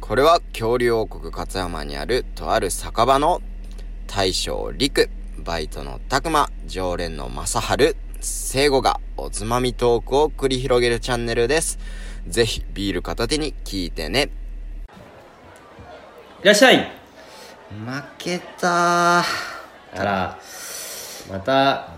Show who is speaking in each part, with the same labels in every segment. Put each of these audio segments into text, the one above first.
Speaker 1: これは恐竜王国勝山にあるとある酒場の大将陸、バイトの拓馬、常連の正春、聖子がおつまみトークを繰り広げるチャンネルです。ぜひビール片手に聞いてね。
Speaker 2: いらっしゃい
Speaker 1: 負けたー。
Speaker 2: あらまた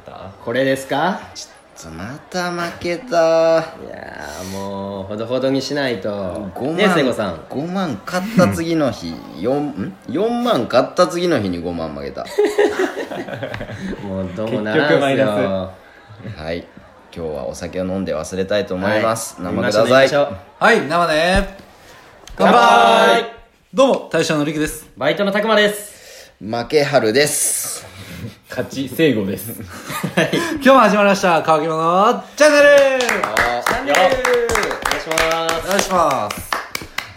Speaker 2: これですか
Speaker 1: ちょまた負けたー。
Speaker 2: いやーもうほどほどにしないと
Speaker 1: 5
Speaker 2: ねえ聖
Speaker 1: 万
Speaker 2: 子さん
Speaker 1: 5万買った次の日 4, ん4万買った次の日に5万負けた
Speaker 2: もうどうもならんす
Speaker 3: 結局
Speaker 2: よ
Speaker 3: マ
Speaker 1: はい今日はお酒を飲んで忘れたいと思います、
Speaker 2: はい
Speaker 1: 生ください
Speaker 2: 飲みましょう飲みましょう
Speaker 3: はい、生ね
Speaker 2: 乾杯
Speaker 3: どうも、大将のりくです。
Speaker 2: バイトのたくまです
Speaker 1: 負けはるです
Speaker 4: 勝ち正吾です。
Speaker 3: 今日も始まりました、川木のチャンネル
Speaker 2: チャンネルお願いしま
Speaker 3: お願いします。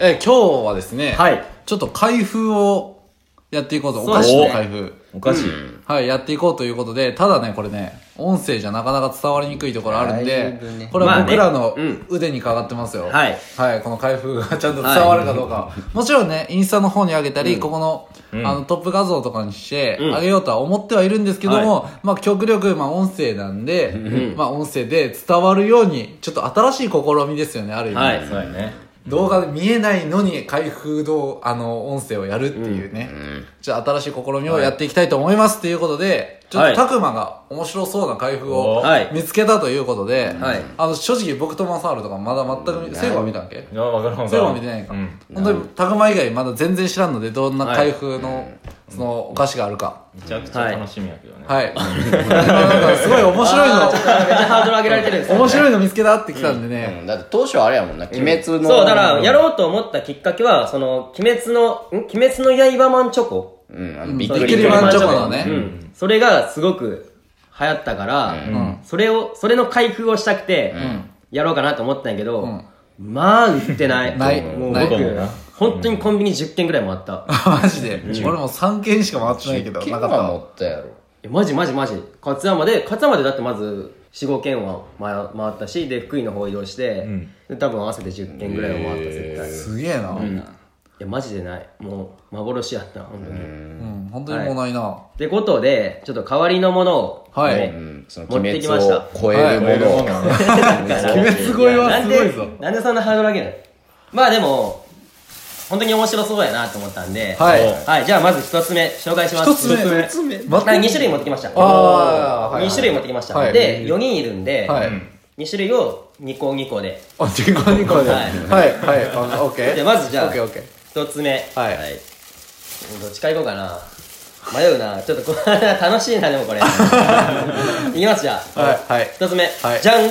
Speaker 3: えー、今日はですね、
Speaker 2: すはい
Speaker 3: ちょっと開封をやっていこうと、お
Speaker 2: そう
Speaker 3: 菓
Speaker 2: です
Speaker 3: 子
Speaker 2: ね
Speaker 3: の開封。
Speaker 4: おかしい。
Speaker 3: はい、やっていこうということで、ただね、これね、音声じゃなかなか伝わりにくいところあるん
Speaker 1: だ
Speaker 3: で
Speaker 1: いぶね、
Speaker 3: これ
Speaker 2: まあ
Speaker 3: は
Speaker 2: ね
Speaker 3: 僕らの
Speaker 2: うん
Speaker 3: 腕にかかってますよ。
Speaker 2: はい。
Speaker 3: はい、この開封がちゃんと伝わるかどうかは。 もちろんね、インスタの方に上げたり、ここの、あの、トップ画像とかにして、
Speaker 2: ん
Speaker 3: 上げようとは思ってはいるんですけども、まあ、極力、まあ、音声なんで、まあ、音声で伝わるように、ちょっと新しい試みですよね、ある意味。
Speaker 2: はい
Speaker 4: そうやね。
Speaker 3: 動画で見えないのに開封動あの音声をやるっていうね、じゃあ新しい試みをやっていきたいと思いますということでちょっ
Speaker 2: は
Speaker 3: と
Speaker 2: い
Speaker 3: 拓磨が面白そうな開封を
Speaker 2: はい
Speaker 3: 見つけたということで、
Speaker 2: はい
Speaker 3: あの正直僕とマサールとかまだ全く聖子は見たんけ
Speaker 4: いや、わからんわ
Speaker 3: 聖
Speaker 4: か
Speaker 3: 子
Speaker 4: ら
Speaker 3: は
Speaker 4: ん。
Speaker 3: 見てないか、
Speaker 4: うん。
Speaker 3: 本当に拓磨以外まだ全然知らんのでどんな開封の、そのお菓子があるか
Speaker 4: めちゃくちゃ楽しみやけどね。
Speaker 3: はい 今なんかすごい面白いの
Speaker 2: めっちゃハードル上げられてるん ですよ
Speaker 3: 面白いの見つけたってきたんでね、
Speaker 1: うんだって当初あれやもんな鬼滅の、
Speaker 2: そうだからやろうと思ったきっかけはその「鬼滅のん鬼滅の刃マンチョコ」
Speaker 1: うんあのびっ
Speaker 3: う
Speaker 1: く
Speaker 3: びっく
Speaker 1: り
Speaker 3: りマンチョコの
Speaker 2: う
Speaker 3: ね、
Speaker 2: ん、それがすごく流行ったから、
Speaker 3: ん
Speaker 2: それをそれの開封をしたくて、やろうかなと思ったんやけど、
Speaker 3: ん
Speaker 2: まあ売ってない
Speaker 3: ない
Speaker 2: もう
Speaker 3: ない
Speaker 2: 僕
Speaker 4: 僕もな
Speaker 2: 本当にコンビニ10軒ぐらいもあった、
Speaker 3: マジで、俺も3件しか回ってないけど
Speaker 1: 金
Speaker 3: な
Speaker 1: は
Speaker 3: かったわ
Speaker 1: 持ったやろ
Speaker 2: えマジマジマジ勝山で勝山でだってまず45軒は回回ったしで福井の方移動して、
Speaker 4: ん
Speaker 2: で多分合わせて10軒ぐらいは回った絶対、
Speaker 3: すげえな、うん、
Speaker 2: いやマジでないもう幻やった本当に、
Speaker 3: 本当にもうないな、
Speaker 2: ってことでちょっと代わりのものを、
Speaker 3: はい
Speaker 2: ね
Speaker 1: うんその
Speaker 2: 持っ
Speaker 1: 鬼滅
Speaker 2: てきました
Speaker 1: を超えるも
Speaker 4: 燃える
Speaker 1: の
Speaker 4: も
Speaker 1: を
Speaker 4: の
Speaker 3: 鬼滅超えはすごいぞ
Speaker 2: なんでなんでそんなハードル上げないまあでも本当に面白そうやなと思ったんでは
Speaker 3: はいい
Speaker 2: じゃあまず一つ目紹介します
Speaker 3: 一つ目
Speaker 2: 一つ目まあ2種類持ってきました
Speaker 3: あーはいはい
Speaker 2: 2種類持ってきました、
Speaker 3: はい
Speaker 2: で4人いるんで、
Speaker 3: はい、
Speaker 2: 2種類を2個2個で
Speaker 3: あニコニコで
Speaker 2: は
Speaker 3: はいいはいあオッケー
Speaker 2: でまずじゃあ
Speaker 3: オッケーオッケー
Speaker 2: 1つ目
Speaker 3: はい
Speaker 2: どっちからいこうかな迷う なちょっとこ楽しいなで もこれいきますじゃあ、
Speaker 3: はいはい
Speaker 2: 1つ目、
Speaker 3: はい
Speaker 2: じゃん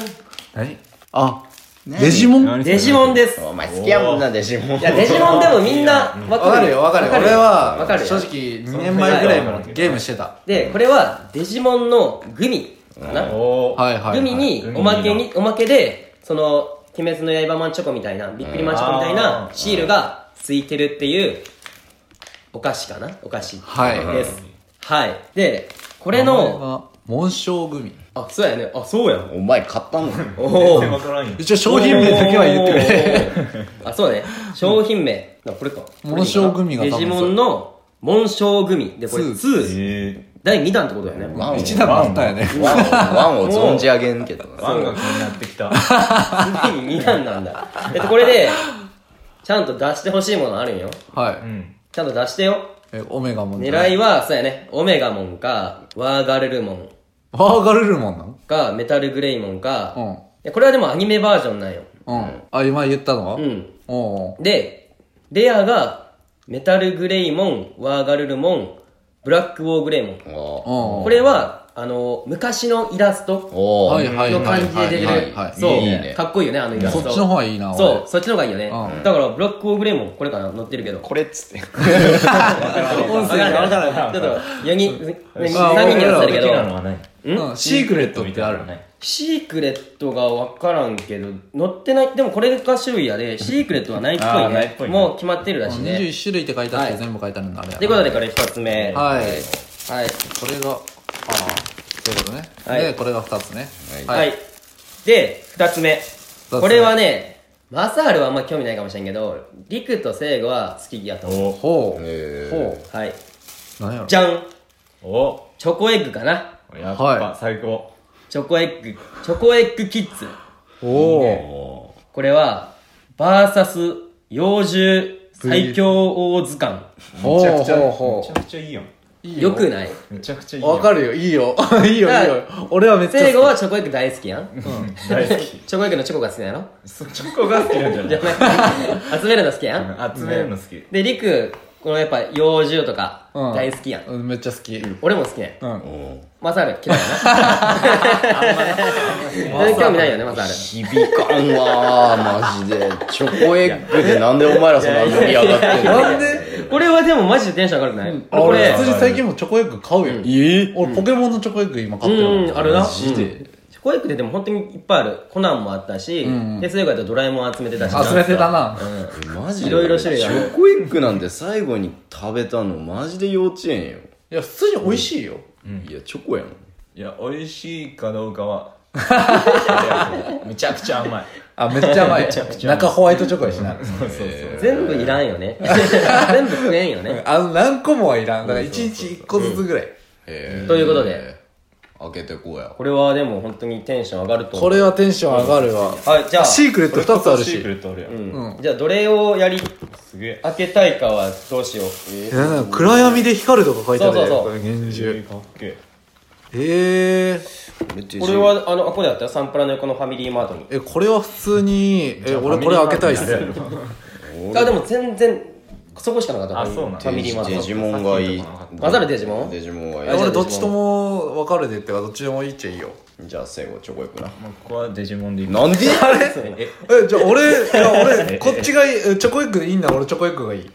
Speaker 3: 何あデジモン
Speaker 2: デジモンです
Speaker 1: お前好きやもんなデジモン
Speaker 2: いやデジモンでもみんな分
Speaker 3: わかるよわかるよ俺
Speaker 2: わ
Speaker 3: は
Speaker 2: かるよ
Speaker 3: 正直2年前ぐらいまでゲームしてた
Speaker 2: でこれはデジモンのグミかな、
Speaker 4: おー。
Speaker 3: はいはいは
Speaker 2: グ
Speaker 3: い
Speaker 2: ミにおまけにおまけでその「鬼滅の刃マンチョコ」みたいなびっくりマンチョコみたい
Speaker 4: うん
Speaker 2: な
Speaker 4: あー
Speaker 2: シールがついてるっていうお菓子かなお菓子
Speaker 3: はい
Speaker 2: ですはいでこれの
Speaker 3: 紋章グミ
Speaker 2: あそうやねあそうやん
Speaker 1: お前買ったの
Speaker 2: お
Speaker 4: 全
Speaker 2: お
Speaker 4: 然わからんよ。
Speaker 3: 一応商品名だけは言ってくれ
Speaker 2: れあそうね商品名なこれか
Speaker 3: 紋章グミが
Speaker 2: デ
Speaker 3: 多分
Speaker 2: ジモンの紋章グミでこれ
Speaker 3: ツー
Speaker 2: 2
Speaker 4: え
Speaker 2: 第2弾ってことだよね
Speaker 1: ワンを
Speaker 3: 一段もあったよね
Speaker 1: ワンをワンを存じ上げんけど
Speaker 4: ー。
Speaker 1: な
Speaker 4: ワンが気になってきた。
Speaker 2: すでに2段なんだ。えっと、これで、ちゃんと出してほしいものあるんよ。
Speaker 3: は
Speaker 4: う
Speaker 3: い
Speaker 4: ん。
Speaker 2: ちゃんと出してよ。
Speaker 3: えオメガモンじゃな
Speaker 2: 狙
Speaker 3: い
Speaker 2: いは、そうやね、オメガモンか、ワーガルルモン
Speaker 3: ワーガルルモンなの
Speaker 2: か、メタルグレイモンか、
Speaker 3: うん
Speaker 2: いやこれはでもアニメバージョンなんよ。
Speaker 3: うんあ今言ったのは
Speaker 2: うん。
Speaker 3: おう
Speaker 2: で、レアが、メタルグレイモン、ワーガルルモン、ブラックウォーグレイモン。
Speaker 1: おー
Speaker 3: おう
Speaker 2: これは、あの、昔のイラスト
Speaker 1: おー
Speaker 3: はいはい
Speaker 2: の感じで出
Speaker 3: は
Speaker 2: て
Speaker 3: いはいは
Speaker 2: る。
Speaker 3: い
Speaker 2: そう
Speaker 1: いいね
Speaker 2: かっこいいよね、あのイラス
Speaker 3: そ
Speaker 2: ト。
Speaker 3: っちの方がいいな
Speaker 2: そう、そっちの方がいいよね。
Speaker 3: う
Speaker 2: だから、ブラックウォーグレイモン、これかな、乗ってるけど。
Speaker 1: これっつって
Speaker 2: 音声がわからない。ちょっと、4人、3人
Speaker 3: あ
Speaker 2: になってるけ
Speaker 4: 好きなの
Speaker 2: ど、
Speaker 4: はない。
Speaker 3: 俺うんシークレットってある
Speaker 4: みたいなのはない。
Speaker 2: シークレットがわからんけど、乗ってない、でもこれが種類やで、シークレットはないっぽ
Speaker 4: あーないっ
Speaker 2: い
Speaker 4: ぽ
Speaker 2: ね。
Speaker 4: いね
Speaker 2: もう決まってるらしいね。
Speaker 3: 21種類って書いてあっ
Speaker 2: は
Speaker 3: て
Speaker 2: い
Speaker 3: 全部書いてあるんだあれや
Speaker 2: ということで、これ1つ目。は
Speaker 3: はい
Speaker 2: い。
Speaker 3: これがああそういうことね
Speaker 2: はい
Speaker 3: でこれが2つね
Speaker 2: はい。で、2つ目
Speaker 3: 目。
Speaker 2: これはね、マサールはあんま興味ないかもしれんけど、リクとセイゴは好きやと思う。
Speaker 4: お
Speaker 3: ほう、
Speaker 1: えー
Speaker 3: ほ
Speaker 2: はい。
Speaker 3: うなんやろ
Speaker 2: じゃん
Speaker 4: お
Speaker 2: チョコエッグかな
Speaker 4: やっ
Speaker 3: は
Speaker 4: ぱ最高
Speaker 2: チョコエッグ、チョコエッグキッズ。
Speaker 3: おお
Speaker 2: これは、バーサス幼獣最強王図鑑。
Speaker 3: ほう
Speaker 4: めちゃくちゃ
Speaker 3: ほうほ
Speaker 4: めちゃくちゃいいやん
Speaker 3: う
Speaker 2: よくない
Speaker 4: めちゃくちゃいいやん
Speaker 3: わかるよいいよ いいよいいよ俺はめっちゃ
Speaker 2: セイゴ
Speaker 3: 好
Speaker 2: はチョコエッグ大好きやん。
Speaker 4: 大好 き
Speaker 2: チョコエッグのチョコが好きなの
Speaker 4: そうチョコが好きなんじゃな
Speaker 2: じ
Speaker 4: い
Speaker 2: ゃない集めるの好きやん。
Speaker 4: うん集めるの好き
Speaker 2: で、リク、このやっぱ幼獣とか
Speaker 3: きうん
Speaker 2: 大好きやん。
Speaker 3: うめっちゃ好きうん
Speaker 2: 俺も好きね。マサール嫌い やな。全然興味ないよね、マサール。
Speaker 1: 響かんわーマジでチョコエッグでなんでお前らそんな盛り上がってんの
Speaker 3: なんで
Speaker 2: これはでもマジでテンション上がるくない、
Speaker 3: あ
Speaker 2: こ
Speaker 3: 俺
Speaker 2: れ
Speaker 3: 普通に最近もチョコエッグ買うよ、
Speaker 1: え
Speaker 3: 俺ポケモンのチョコエッグ今買ってる
Speaker 2: うんあれな
Speaker 3: マジで、
Speaker 2: チョコエッグってでも本当にいっぱいあるコナンもあったし、
Speaker 3: ん
Speaker 2: でそれ以外だとドラえもん集めてたし
Speaker 3: 集めてたな
Speaker 1: マジで
Speaker 2: いろいろ種類あ
Speaker 1: チ
Speaker 2: る
Speaker 1: ョコエッグなんて最後に食べたのマジで幼稚園よ、
Speaker 3: いや普通に美味しいよ、
Speaker 1: いやチョコやん
Speaker 4: いや美味しいかどうかはめちゃくちゃ甘い
Speaker 3: あ めっちゃ甘い中ホワイトチョコやしな
Speaker 4: そうそうそう
Speaker 2: 全部いらんよね 全部食えんよね
Speaker 3: あの何個もはいらんだから1日1個ずつぐらい、
Speaker 1: へ
Speaker 2: ということで
Speaker 1: 開けてこうや
Speaker 2: これはでも本当にテンション上がると思う
Speaker 3: これはテンション上がるわ、
Speaker 2: はいじゃあ
Speaker 3: シークレット2つある
Speaker 4: シ
Speaker 3: し
Speaker 4: ークレットあるやん、
Speaker 2: うんじゃあどれをやり
Speaker 4: すげえ
Speaker 2: 開けたいかはどうしよう
Speaker 3: いやなんか暗闇で光るとか書いてある
Speaker 2: そ
Speaker 3: よ
Speaker 2: うそうそう
Speaker 3: これ厳重
Speaker 4: かっけえ
Speaker 3: へえ
Speaker 2: これはあのあここであったよサンプラの横のファミリーマートに
Speaker 3: えこれは普通にえ俺これ開けたいっす
Speaker 2: あでも全然そこしかなかった
Speaker 4: あそうなんだ
Speaker 2: ファミリーマ
Speaker 1: デ
Speaker 2: ー
Speaker 1: ジ
Speaker 2: ト
Speaker 1: モンがいい
Speaker 2: 混ざるデジモン
Speaker 1: デジモンがいい
Speaker 3: え俺どっちとも分かれてってかどっちでもいいっちゃいいよ
Speaker 1: じゃあ最後チョコエッグな
Speaker 4: もうここはデジモンでいい
Speaker 1: なんであれ
Speaker 3: えじゃあ俺いや俺こっちがいいえチョコエッグでいいんだ俺チョコエッグがいい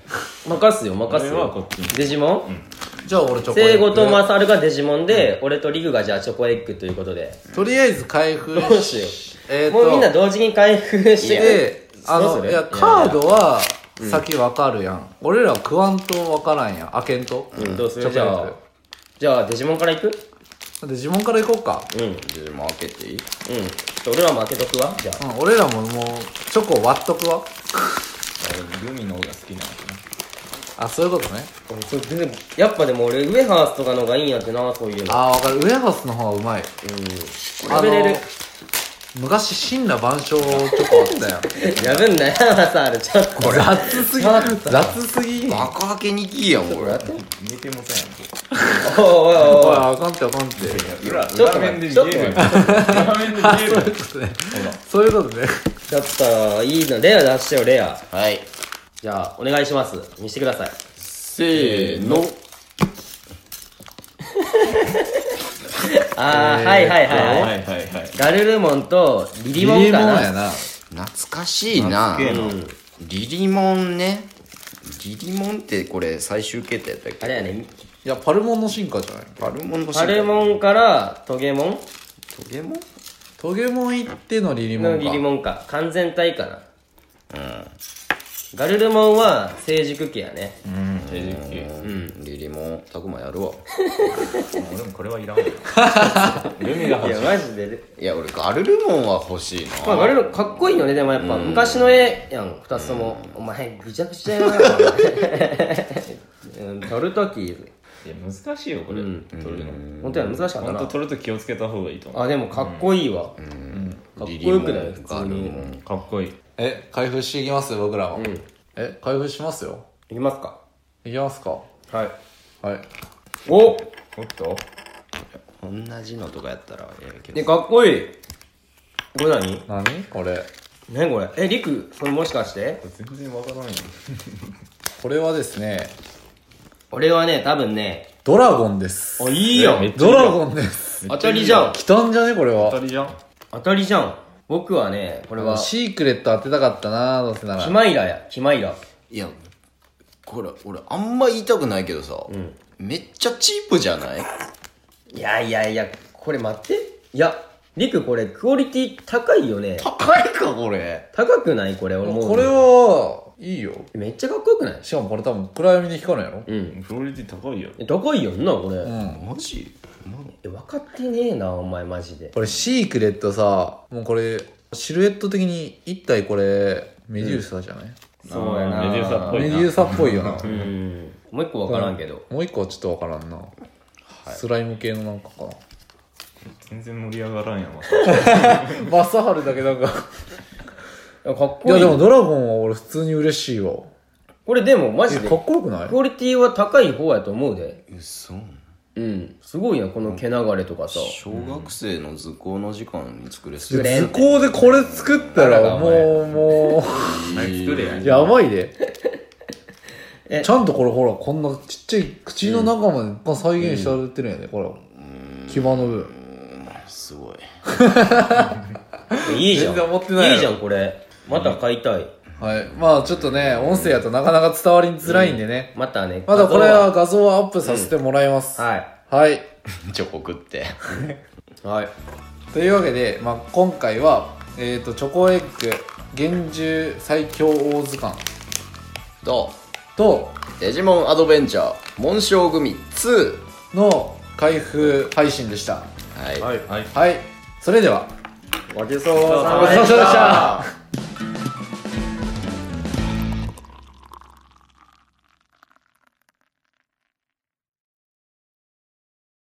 Speaker 2: 任すよ任す
Speaker 4: 俺は
Speaker 2: よ
Speaker 4: こっちに
Speaker 2: デジモン
Speaker 3: じゃあ俺チョコエッグ
Speaker 2: 聖子とマサルがデジモンで、俺とリグがじゃあチョコエッグということで、
Speaker 3: とりあえず開封
Speaker 2: どう しよ
Speaker 3: え
Speaker 2: う。
Speaker 3: ー
Speaker 2: も
Speaker 3: と
Speaker 2: うみんな同時に開封して、
Speaker 3: であ
Speaker 2: どう
Speaker 3: の
Speaker 2: する
Speaker 3: いやカードは先分かるやん俺ら食わんと分からんやん開けんと
Speaker 2: うんどうす
Speaker 3: チ
Speaker 2: る
Speaker 3: ョコ
Speaker 2: じ
Speaker 3: エ
Speaker 2: ゃ
Speaker 3: ッ
Speaker 2: あ、じゃあデジモンからいく
Speaker 3: グで呪文からいこうか
Speaker 2: うん。うん。ち
Speaker 1: デジモン開けていい
Speaker 2: ょっと俺らも開けとくわ。じゃあ。
Speaker 3: うん俺らももうチョコ割っとくわ
Speaker 4: 俺グミの方が好きなのか
Speaker 3: あそういうことね
Speaker 2: 俺それ全然やっぱでも俺、ウェハースとかの方がいいんやってな、そういうの。
Speaker 3: ああ分かるウェハースの方がうまい
Speaker 2: うん。
Speaker 3: あ
Speaker 2: 食
Speaker 3: の
Speaker 2: べれる。
Speaker 3: 昔神羅万象チョコあった やん
Speaker 2: やぶんなよ、マサル。ちょっと。
Speaker 3: 雑すぎ雑すぎん
Speaker 1: 爆開けにきいやんこれ
Speaker 4: な入れてもたやん
Speaker 2: おいおい
Speaker 3: おい
Speaker 2: おい。
Speaker 3: あかんってあかんって
Speaker 4: 裏
Speaker 2: ちょっと
Speaker 4: 裏
Speaker 2: 待
Speaker 4: 面
Speaker 2: って
Speaker 4: で見えるやん裏面で見えるやん
Speaker 3: そういうことね
Speaker 2: ちょっと、いいの。レア出してよ、レア。
Speaker 1: はい
Speaker 2: じゃあ、お願いします。見してください。
Speaker 1: せーの
Speaker 2: あー、はいはいはい。
Speaker 4: はいはいはい
Speaker 2: ガルルモンとリリ
Speaker 3: リ
Speaker 2: モンかな
Speaker 3: やな
Speaker 1: 懐かしいな
Speaker 4: 懐かしい
Speaker 1: リリモンねリリモンってこれ最終形態やったっけ
Speaker 2: あれやね
Speaker 3: いやパルモンの進化じゃない
Speaker 1: パルモンの
Speaker 2: パル
Speaker 1: ン
Speaker 2: モンからトゲモン
Speaker 1: トゲモン
Speaker 3: トゲモン行ってのリリモン
Speaker 2: の
Speaker 3: か
Speaker 2: リリモンか完全体かなうんガルルモンは成熟期やね
Speaker 4: うん手順記
Speaker 1: うんリリモンたくまやるわ
Speaker 4: 俺もこれはいらんわグミが
Speaker 2: いやマジで
Speaker 1: いや俺ガルルモンは欲しいな
Speaker 2: まあガルルモンかっこいいよねでもやっぱ昔の絵やん2つともお前ぐちゃぐちゃやなうん取るとき
Speaker 4: いや難しいよこれ取るの
Speaker 2: 本当や難しかった
Speaker 4: 本当
Speaker 2: な
Speaker 4: 取ると気をつけた方がいいと思
Speaker 2: あでもかっこいいわかっこよくない普通
Speaker 1: ガル
Speaker 2: に
Speaker 1: モン
Speaker 4: うかっこいい
Speaker 3: え開封していきます僕らもえ開封しますよ
Speaker 2: いきますか
Speaker 3: いきますか
Speaker 2: はい
Speaker 3: はい
Speaker 2: お
Speaker 4: おっと
Speaker 1: 同じのとかやったらええけど
Speaker 2: でかっこいいこれ何
Speaker 3: 何これ
Speaker 2: 何これえリクそれもしかして
Speaker 4: 全然わからない
Speaker 3: これはですね
Speaker 2: 俺はね多分ね
Speaker 3: ドラゴンです
Speaker 2: あいいや
Speaker 4: めっ
Speaker 2: ん
Speaker 4: ちゃ
Speaker 3: ドラゴンです
Speaker 2: 当たりじゃん
Speaker 3: 来たんじゃねこれ
Speaker 4: 当
Speaker 3: は
Speaker 4: たりじゃん
Speaker 2: 当たりじゃん僕はねこれは
Speaker 3: シークレット当てたかったなどうせな
Speaker 2: キ
Speaker 3: ら
Speaker 2: マイラやキマイラ
Speaker 1: いやこれ俺あんま言いたくないけどさめっちゃチープじゃない
Speaker 2: いやいやいやこれ待っていやリクこれクオリティ高いよね
Speaker 1: 高いかこれ
Speaker 2: 高くないこれ俺もう
Speaker 3: これはいいよ
Speaker 2: めっちゃかっこよくない
Speaker 3: しかもこれ多分暗闇で光るんやろ
Speaker 2: うん
Speaker 4: クオリティ高いよ
Speaker 2: え高いよんなこれ、
Speaker 3: うん
Speaker 1: マジ
Speaker 2: え分かってねえなお前マジで
Speaker 3: これシークレットさもうこれシルエット的に一体これ、メデューサじゃない、
Speaker 2: そうやな
Speaker 4: メデューサっぽい
Speaker 3: メデューサっぽいよな。
Speaker 2: うんもう一個わからんけど、
Speaker 3: もう一個はちょっとわからんな、スライム系のなんかかな
Speaker 4: 全然盛り上がらんやんまた
Speaker 3: マサハルだけなん
Speaker 2: い
Speaker 3: か
Speaker 2: やかっこ
Speaker 3: いや
Speaker 2: いい
Speaker 3: でもドラゴンは俺普通に嬉しいわ
Speaker 2: これでもマ
Speaker 3: え
Speaker 2: ジ
Speaker 3: か
Speaker 2: で
Speaker 3: っ
Speaker 2: ク
Speaker 3: こよくない
Speaker 2: オリティは高い方やと思うで
Speaker 1: 嘘
Speaker 2: うんすごいなこの毛流れとかさ
Speaker 1: 小学生の図工の時間に作れそ
Speaker 2: 作
Speaker 1: う
Speaker 2: れん
Speaker 3: 図工でこれ作ったらもうも
Speaker 4: 早く作れや
Speaker 3: う
Speaker 4: ん
Speaker 3: やばいで
Speaker 2: え
Speaker 3: ちゃんとこれほらこんなちっちゃい口の中まで一旦再現してあげてるんやでこれ牙の部分
Speaker 1: すごい
Speaker 2: いいじゃん
Speaker 3: 全然思ってないやろ
Speaker 2: いいじゃんこれまた買いたい
Speaker 3: はいまあちょっとね音声やとなかなか伝わりづらいんでね、
Speaker 2: またね
Speaker 3: まだこれは画像はアップさせてもらいます、
Speaker 2: は
Speaker 3: はい
Speaker 1: チョコ食 って
Speaker 2: いはい
Speaker 3: というわけで、まあ、今回は、えー、とチョコエッグ厳重最強大図鑑
Speaker 1: と
Speaker 3: と
Speaker 1: デジモンアドベンチャー紋章組2
Speaker 3: の開封配信でした
Speaker 1: はい
Speaker 4: はい
Speaker 3: はいそれでは
Speaker 1: ごちそう
Speaker 3: ごちそうさまでした